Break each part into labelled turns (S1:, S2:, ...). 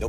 S1: No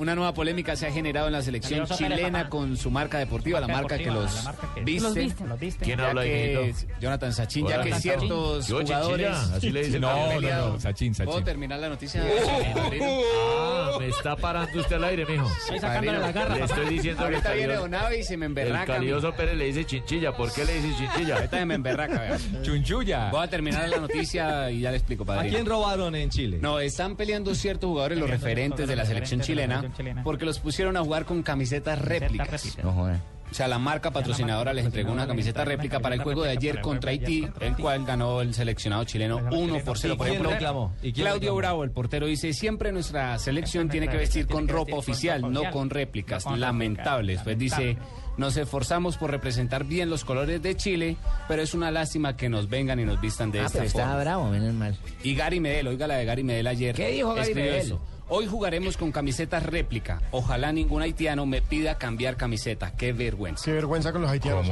S2: Una nueva polémica se ha generado en la selección
S3: Nervioso Pérez,
S2: chilena
S3: papá.
S2: con su marca deportiva, la marca que
S3: deportiva,
S2: los
S3: la marca que-
S2: viste.
S3: Los viste. Los viste.
S4: ¿Quién
S2: Ya
S4: habla
S2: que
S4: ahí,
S2: Jonathan Sachin, ya
S4: Hola,
S2: que
S4: Jonathan
S2: ciertos
S4: Sachin. Yo, chichilla,
S2: jugadores.
S4: así le dicen
S2: no,
S4: también.
S2: no, no,
S4: Peleado.
S2: Sachin, Sachin. ¿Puedo terminar la noticia?
S4: Ah, me está parando usted al aire, mijo.
S3: Ahí sacándole las garras.
S4: Le
S3: papá.
S4: estoy diciendo que el
S2: Ahorita viene
S4: calioso,
S2: Donavi y se me
S4: el
S2: emberraca. mi-
S4: calioso Pérez le dice chinchilla. ¿Por qué le dice chinchilla?
S2: Ahorita se me emberraca, vea.
S5: Chunchuya.
S2: Voy a terminar la noticia y ya le explico,
S5: ¿A
S2: padre.
S5: quién robaron en Chile?
S2: No, están peleando ciertos jugadores, los
S3: Peleando
S2: referentes
S3: ciertos
S2: de la
S3: referentes
S2: selección
S3: de la
S2: chilena,
S3: selección chilena.
S2: porque los pusieron a jugar con camisetas réplicas.
S3: Réplica.
S2: O sea, la marca patrocinadora les entregó una camiseta réplica para el juego de ayer contra Haití, el cual ganó el seleccionado chileno 1 por 0. Por
S5: ¿Y quién
S2: ejemplo,
S5: reclamó? ¿Y quién
S2: Claudio
S5: reclamó?
S2: Bravo, el portero, dice, siempre nuestra selección tiene que vestir con ropa oficial, no con réplicas. Lamentables. Pues dice, nos esforzamos por representar bien los colores de Chile, pero es una lástima que nos vengan y nos vistan de
S6: Ah,
S2: esta
S6: pero estaba
S2: forma.
S6: bravo, menos mal.
S2: Y Gary Medel, oiga la de Gary Medel ayer.
S6: ¿Qué dijo Gary
S2: escribió
S6: Medel?
S2: eso. Hoy jugaremos con camisetas réplica. Ojalá ningún haitiano me pida cambiar camiseta. Qué vergüenza.
S7: Qué vergüenza con los haitianos.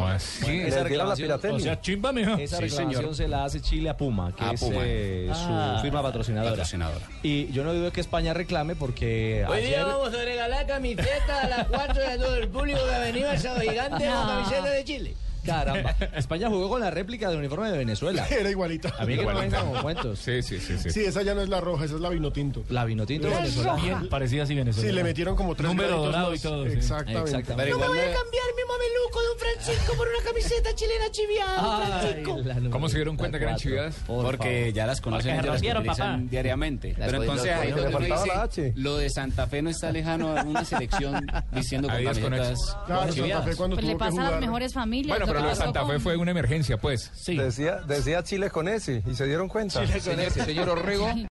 S5: Esa reclamación, o sea,
S3: chimba, mijo.
S5: esa
S2: Sí,
S5: reclamación
S2: señor.
S5: se la hace Chile a Puma, que
S2: A
S5: es
S2: Puma.
S5: eh, su
S6: Ah.
S5: firma patrocinadora.
S2: Patrocinadora.
S5: Y yo no dudo que España reclame porque ayer-
S6: vamos a regalar camiseta a las 4 de todo el público que ha venido a Sao Gigante con camiseta de Chile.
S5: caramba, España jugó con la réplica del uniforme de Venezuela.
S7: Era igualita.
S5: A mí que no vengan con cuentos.
S3: Sí, sí, sí. sí.
S7: Sí, esa ya no es la roja, esa es la vinotinto.
S5: La vinotinto venezolana.
S3: Bien, parecida así Venezuela.
S7: Sí, le metieron como tres
S3: Número
S7: graditos
S3: dorado
S7: más.
S3: y todo, sí.
S7: Exactamente.
S5: Exactamente.
S2: igual no-
S6: cambiar mi mameluco de un Francisco por una camiseta chilena chiviada,
S5: Ay, la número-
S3: ¿Cómo se dieron
S5: la
S3: cuenta que eran
S5: cuatro.
S3: chividas?
S5: Por
S2: porque
S5: favor.
S2: ya las conocen
S3: Porque
S2: y
S3: se
S2: ya las
S3: rompieron,
S2: utilizan
S3: papá.
S2: diariamente.
S6: Las
S2: Pero
S6: cogieron,
S2: entonces
S6: las
S2: ahí
S6: cogieron,
S2: donde
S7: le
S2: uno
S7: faltaba
S2: dice,
S7: la H.
S2: lo de Santa Fe no está lejano a una selección diciendo con
S3: Ahí
S2: camisetas
S3: desconecta.
S7: Claro, Santa
S2: chiviadas.
S7: Fe cuando
S8: Pues le
S7: tuvo que
S8: pasa a
S7: jugar.
S8: las mejores familias.
S3: Bueno,
S8: lo
S3: pero
S8: que
S3: lo de
S8: pasó
S3: Santa Fe
S8: con-
S3: fue una emergencia, pues.
S9: Decía, decía Chile con ese y se dieron cuenta.
S3: Señor Orrego.